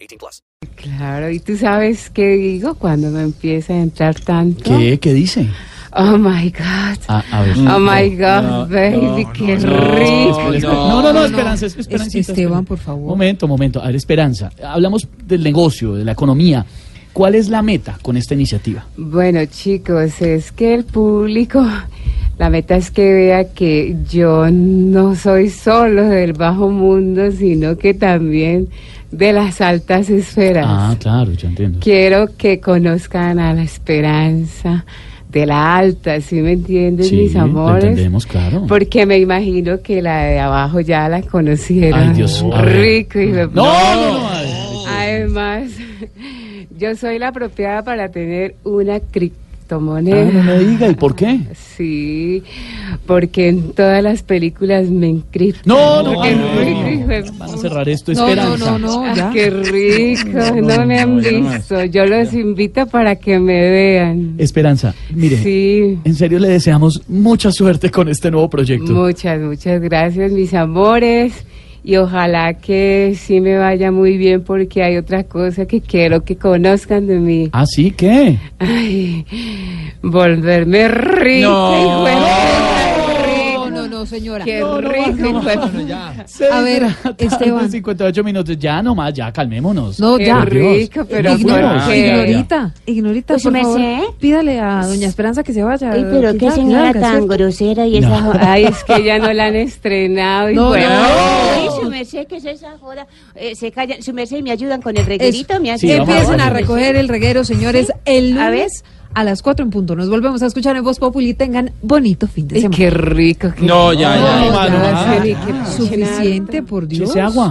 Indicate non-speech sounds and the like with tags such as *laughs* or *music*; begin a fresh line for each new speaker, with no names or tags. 18 plus.
Claro, y tú sabes qué digo cuando me empieza a entrar tanto.
¿Qué? ¿Qué dice?
Oh my God.
A, a ver.
Oh my God, baby, qué rico.
No, no, no, Esperanza, es- Esperancita,
Esteban,
espera.
por favor.
Momento, momento. A ver, Esperanza, hablamos del negocio, de la economía. ¿Cuál es la meta con esta iniciativa?
Bueno, chicos, es que el público, la meta es que vea que yo no soy solo del bajo mundo, sino que también de las altas esferas.
Ah, claro, ya entiendo.
Quiero que conozcan a la esperanza de la alta, ¿sí me entiendes,
Sí,
mis
lo
amores?
entendemos, claro.
Porque me imagino que la de abajo ya la conocieron.
Ay, Dios, a ver.
Rico y
No, no, no. a ver.
Además, *laughs* yo soy la apropiada para tener una
Ah,
criptomoneda.
no me diga, ¿y por qué?
Sí, porque en todas las películas me encriptan.
No, no,
Porque
no, no,
rico,
no.
hijo de
Van a cerrar esto, Esperanza.
Oh,
Ah, qué rico, no, me han visto. Yo los invito para que me vean.
Esperanza, mire,
Sí.
en serio le deseamos mucha suerte con este nuevo proyecto.
Muchas, muchas gracias, mis amores. Y ojalá que sí me vaya muy bien porque hay otra cosa que quiero que conozcan de mí.
Así que...
Ay, volverme rica. hijo de puta, rico.
No, no, no, señora.
Qué rico, hijo de puta.
A ver, Esteban.
58 minutos, ya nomás, ya calmémonos.
No,
Qué
ya.
rico, pero
Ignoremos.
¿por
Ignora,
qué?
ignorita, ignorita,
Pues,
por
¿me
favor.
sé?
Pídale a Ah, doña Esperanza que se vaya.
Ay, pero qué
Quizás
señora
blanca,
tan
¿cierto?
grosera y esa
No.
*laughs*
joda.
Ay, es que ya no la han estrenado. Y
No,
bueno.
no.
Ay, su merced, ¿qué es esa joda? Eh, se callan, su merced, ¿me ayudan con el reguerito? ¿Me
Sí,
hacen-
vamos a
Empiecen a
hacer eso.
recoger el reguero, señores, el
A ver.
lunes a las 4 en punto. Nos volvemos a escuchar en Voz Populi. Tengan bonito fin de
Ay,
semana.
qué rico. Qué
No, ya,
ya,
No,
ya,
ya,
ya.
Feli, qué
Suficiente, por Dios.
Ese agua.